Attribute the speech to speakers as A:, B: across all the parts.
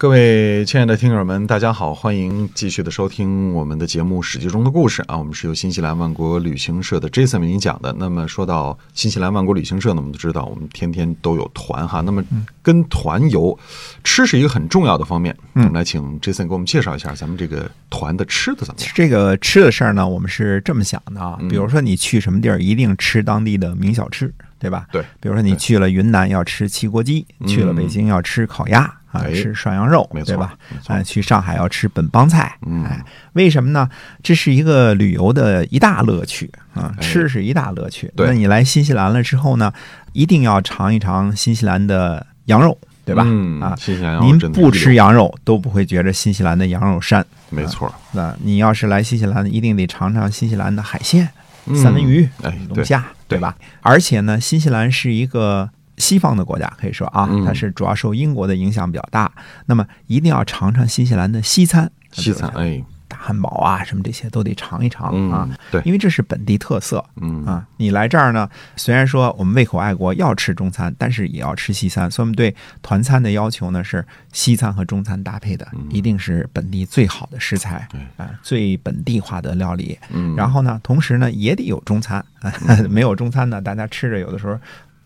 A: 各位亲爱的听友们，大家好，欢迎继续的收听我们的节目《史记》中的故事啊，我们是由新西兰万国旅行社的 Jason 为您讲的。那么说到新西兰万国旅行社呢，我们都知道我们天天都有团哈，那么跟团游，吃是一个很重要的方面。我们来请 Jason 给我们介绍一下咱们这个团的吃的怎么样？
B: 这个吃的事儿呢，我们是这么想的啊，
A: 嗯
B: 比如说你去什么地儿，一定吃当地的名小吃，对吧？
A: 对，嗯
B: 比如说你去了云南要吃汽锅鸡，去了北京要吃烤鸭。啊，
A: 哎
B: 吃涮羊肉，
A: 没
B: 对
A: 错
B: 吧
A: 没？错
B: 啊，去上海要吃本帮菜，
A: 嗯
B: 哎，为什么呢？这是一个旅游的一大乐趣啊，
A: 哎
B: 吃是一大乐趣。
A: 对
B: 那你来新西兰了之后呢，一定要尝一尝新西兰的羊肉，对吧？
A: 嗯
B: 啊，
A: 新西兰羊肉
B: 您
A: 真的
B: 不
A: 是
B: 吃羊肉都不会觉着新西兰的羊肉膻。
A: 没错，
B: 那你要是来新西兰，一定得尝尝新西兰的海鲜、
A: 嗯
B: 三文鱼、
A: 哎对
B: 龙虾，
A: 对
B: 吧？而且呢，新西兰是一个西方的国家，可以说啊，
A: 嗯
B: 它是主要受英国的影响比较大。那么一定要尝尝新西兰的西餐，
A: 西餐
B: 比如说
A: 哎，
B: 大汉堡啊，什么这些都得尝一尝啊。
A: 嗯对
B: 因为这是本地特色。
A: 嗯
B: 啊，你来这儿呢，虽然说我们胃口爱国要吃中餐，但是也要吃西餐，所以我们对团餐的要求呢是西餐和中餐搭配的，一定是本地最好的食材，啊，最本地化的料理。
A: 嗯
B: 然后呢，同时呢也得有中餐，啊 没有中餐呢，大家吃着有的时候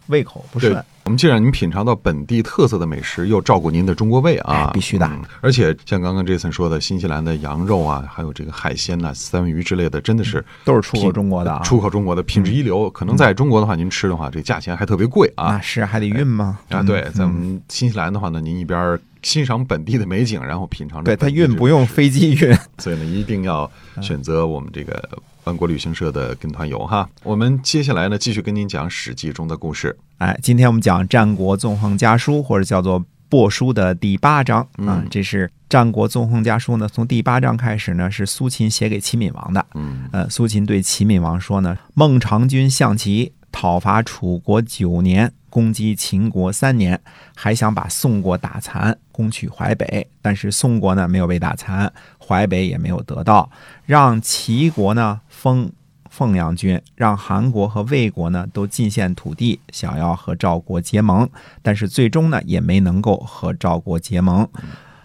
B: 胃口不
A: 对
B: 顺。，
A: 我们既然您品尝到本地特色的美食，又照顾您的中国胃啊
B: 哎，必须的
A: 嗯而且像刚刚 Jason 说的，新西兰的羊肉啊，还有这个海鲜呐、三文鱼之类的，真的是
B: 都是出口中国的啊
A: 品出口中国的品质一
B: 嗯
A: 流。可能在中国的话，您吃的话，这价钱还特别贵
B: 那
A: 啊。
B: 是还得运吗？
A: 啊，
B: 嗯
A: 对，咱们新西兰的话呢，您一边儿欣赏本地的美景，然后品尝着
B: 对，它
A: 本地的
B: 运不用嗯
A: 美食
B: 飞机运。
A: 所以呢，一定要选择我们这个万国旅行社的跟团游哈。我们接下来呢，继续跟您讲《史记》中的故事。
B: 哎，今天我们讲战国纵横家书，或者叫做《帛书》的第八章啊
A: 嗯，
B: 这是战国纵横家书呢，从第八章开始呢，是苏秦写给齐闵王的。
A: 嗯
B: 呃，苏秦对齐闵王说呢：“孟尝君向齐，讨伐楚国九年，攻击秦国三年，还想把宋国打残，攻取淮北。但是宋国呢没有被打残，淮北也没有得到，让齐国呢封凤阳君，让韩国和魏国呢都进献土地，想要和赵国结盟，但是最终呢也没能够和赵国结盟。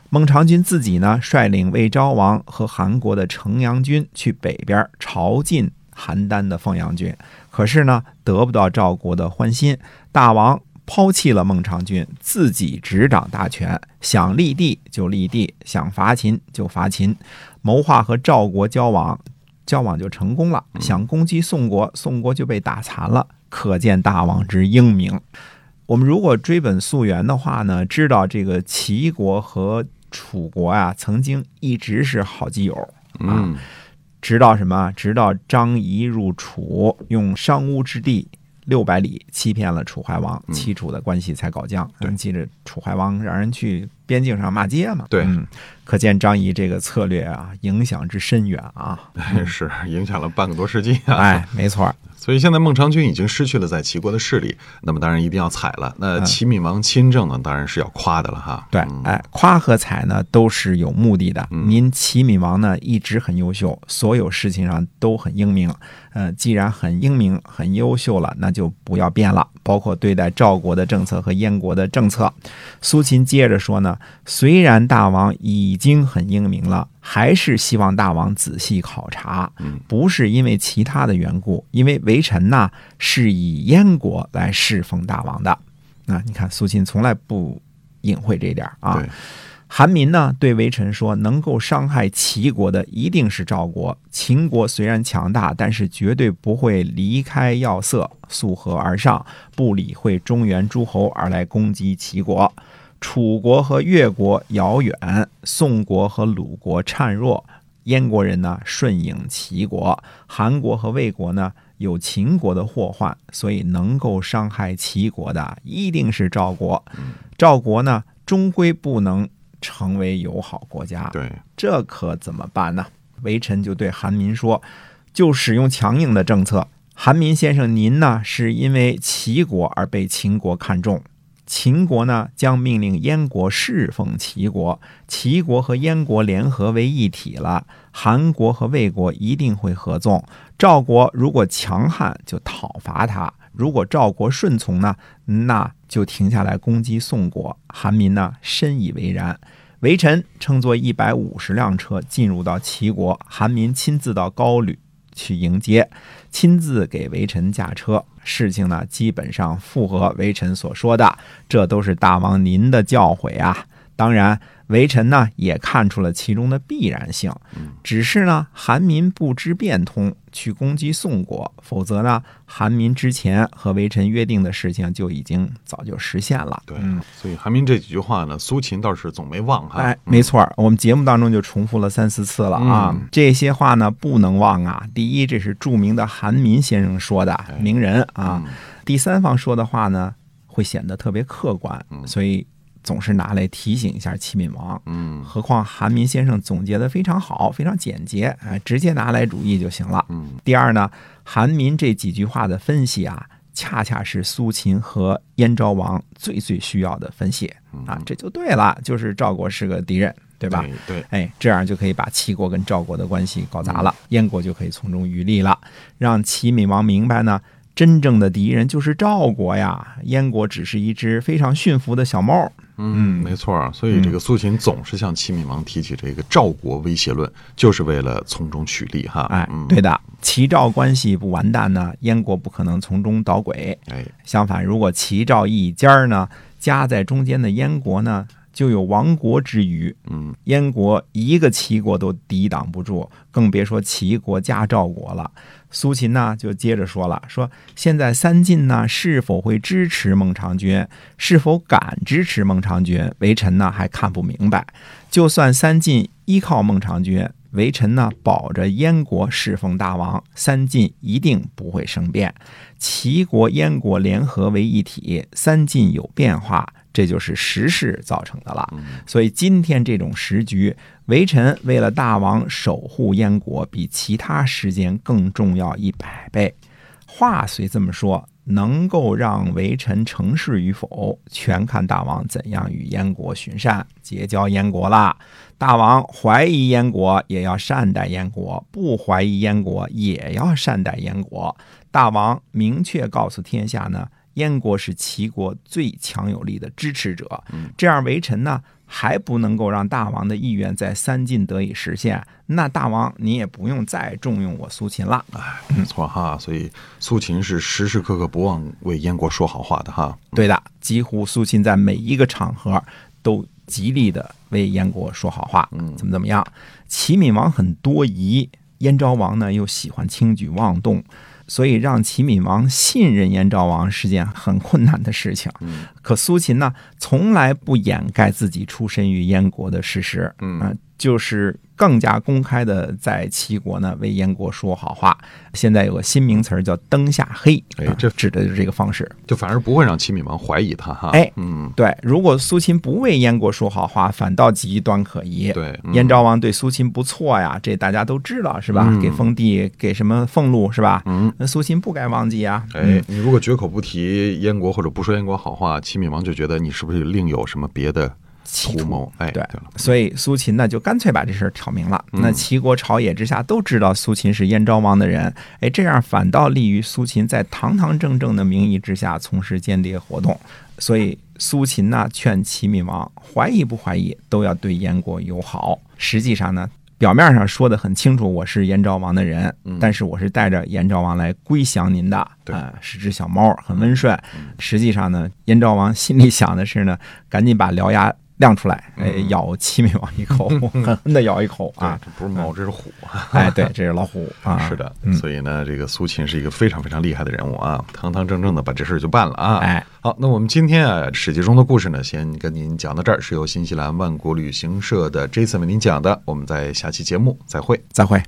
B: 孟尝君自己呢，率领魏昭王和韩国的城阳军去北边朝觐邯郸的凤阳军，可是呢，得不到赵国的欢心。大王抛弃了孟尝君，自己执掌大权，想立地就立地，想伐秦就伐秦，谋划和赵国交往，交往就成功了；想攻击宋国，宋国就被打残了。可见大王之英明。我们如果追本溯源的话呢，知道这个齐国和楚国啊，曾经一直是好基友，啊
A: 嗯，
B: 直到什么？直到张仪入楚，用商巫之地六百里欺骗了楚怀王，齐楚的关系才搞僵。
A: 嗯对
B: 还记着楚怀王让人去边境上骂街嘛？
A: 对
B: 嗯，可见张仪这个策略啊，影响之深远 啊！
A: 是影响了半个多世纪啊。
B: 哎，没错儿，
A: 所以现在孟尝君已经失去了在齐国的势力，那么当然一定要踩了。那齐闵王亲政呢，当然是要夸的了哈。
B: 嗯对，哎，夸和踩呢都是有目的的。您齐闵王呢一直很优秀，所有事情上都很英明。呃，既然很英明、很优秀了，那就不要变了，包括对待赵国的政策和燕国的政策。苏秦接着说呢，虽然大王已经很英明了，还是希望大王仔细考察，不是因为其他的缘故，因为微臣呐是以燕国来侍奉大王的。啊，你看苏秦从来不隐晦这一点儿啊。
A: 对，
B: 韩民呢对微臣说，能够伤害齐国的一定是赵国，秦国虽然强大，但是绝对不会离开要塞，溯河而上，不理会中原诸侯而来攻击齐国。楚国和越国遥远，宋国和鲁国孱弱，燕国人呢顺应齐国，韩国和魏国呢有秦国的祸患，所以能够伤害齐国的一定是赵国。赵国呢终归不能成为友好国家，
A: 对，
B: 这可怎么办呢？微臣就对韩民说，就使用强硬的政策。韩民先生，您呢是因为齐国而被秦国看重，秦国呢将命令燕国侍奉齐国，齐国和燕国联合为一体了。韩国和魏国一定会合纵。赵国如果强悍，就讨伐他；如果赵国顺从呢，那就停下来攻击宋国。韩民呢深以为然。微臣乘坐一百五十辆车进入到齐国，韩民亲自到高吕去迎接，亲自给微臣驾车。事情呢，基本上符合微臣所说的，这都是大王您的教诲啊。当然，微臣呢也看出了其中的必然性，只是呢，韩民不知变通，去攻击宋国，否则呢，韩民之前和微臣约定的事情就已经早就实现了。嗯
A: 对，所以韩民这几句话呢，苏秦倒是总没忘哈。
B: 哎，
A: 嗯
B: 没错儿，我们节目当中就重复了三四次了啊。
A: 嗯
B: 这些话呢不能忘啊。第一，这是著名的韩民先生说的名人啊。
A: 哎嗯
B: 第三方说的话呢，会显得特别客观，
A: 嗯
B: 所以总是拿来提醒一下齐闵王。
A: 嗯
B: 何况韩民先生总结的非常好，非常简洁，哎，直接拿来主义就行了。
A: 嗯
B: 第二呢，韩民这几句话的分析啊，恰恰是苏秦和燕昭王最最需要的分析
A: 嗯
B: 啊，这就对了，就是赵国是个敌人，对吧？
A: 对对，
B: 哎，这样就可以把齐国跟赵国的关系搞砸了，
A: 嗯
B: 燕国就可以从中渔利了，让齐闵王明白呢，真正的敌人就是赵国呀，燕国只是一只非常驯服的小猫儿。
A: 嗯，没错儿。所以这个苏秦总是向齐闵王提起这个赵国威胁论，就是为了从中取利哈。
B: 哎
A: 嗯，
B: 对的，齐赵关系不完蛋呢，燕国不可能从中捣鬼。
A: 哎，
B: 相反，如果齐赵一家儿呢，夹在中间的燕国呢，就有亡国之虞。
A: 嗯，
B: 燕国一个齐国都抵挡不住，更别说齐国加赵国了。苏秦呢，就接着说了，说现在三晋呢是否会支持孟尝君，是否敢支持孟尝君，微臣呢还看不明白。就算三晋依靠孟尝君，微臣呢保着燕国侍奉大王，三晋一定不会生变。齐国、燕国联合为一体，三晋有变化，这就是时势造成的了。所以今天这种时局，微臣为了大王守护燕国，比其他时间更重要一百倍。话虽这么说，能够让微臣成事与否，全看大王怎样与燕国循善，结交燕国啦。大王怀疑燕国，也要善待燕国；不怀疑燕国，也要善待燕国。大王明确告诉天下呢，燕国是齐国最强有力的支持者。这样，微臣呢还不能够让大王的意愿在三晋得以实现，那大王你也不用再重用我苏秦了。
A: 没错哈。所以苏秦是时时刻刻不忘为燕国说好话的哈。
B: 对的，几乎苏秦在每一个场合都极力的为燕国说好话，
A: 嗯
B: 怎么怎么样。齐闵王很多疑，燕昭王呢又喜欢轻举妄动，所以让齐闵王信任燕昭王是件很困难的事情。
A: 嗯
B: 可苏秦呢，从来不掩盖自己出身于燕国的事实，
A: 嗯
B: 啊就是更加公开的在齐国呢为燕国说好话。现在有个新名词儿叫“灯下黑”，
A: 哎
B: 啊
A: 这
B: 指的就是这个方式。
A: 就反而不会让齐闵王怀疑他哈。
B: 哎
A: 嗯，
B: 对，如果苏秦不为燕国说好话，反倒极端可疑。
A: 对，嗯
B: 燕昭王对苏秦不错呀，这大家都知道是吧？
A: 嗯
B: 给封地，给什么俸禄是吧？
A: 嗯，
B: 那苏秦不该忘记啊嗯呀。
A: 哎，你如果绝口不提燕国或者不说燕国好话，齐闵王就觉得你是不是另有什么别的
B: 企
A: 图
B: 图
A: 谋？哎，
B: 对
A: 了，嗯
B: 所以苏秦呢就干脆把这事儿挑明了。那齐国朝野之下都知道苏秦是燕昭王的人，哎，这样反倒利于苏秦在堂堂正正的名义之下从事间谍活动。所以苏秦呢劝齐闵王，怀疑不怀疑都要对燕国友好。实际上呢。表面上说的很清楚，我是燕昭王的人，但是我是带着燕昭王来归降您的，啊、
A: 嗯对嗯
B: 是只小猫，很温顺。实际上呢，燕昭王心里想的是呢， 赶紧把獠牙亮出来，
A: 嗯
B: 哎，咬齐闵王一 口，狠狠的咬一口啊！
A: 对，这不是猫，这是虎啊！
B: 哎，对，这是老虎啊！
A: 是的，所以呢，这个苏秦是一个非常非常厉害的人物啊，堂堂正正的把这事儿就办了啊。
B: 哎，
A: 好，那我们今天啊《史记》中的故事呢，先跟您讲到这儿，是由新西兰万国旅行社的 Jason 为您讲的，我们在下期节目再会。
B: 再会。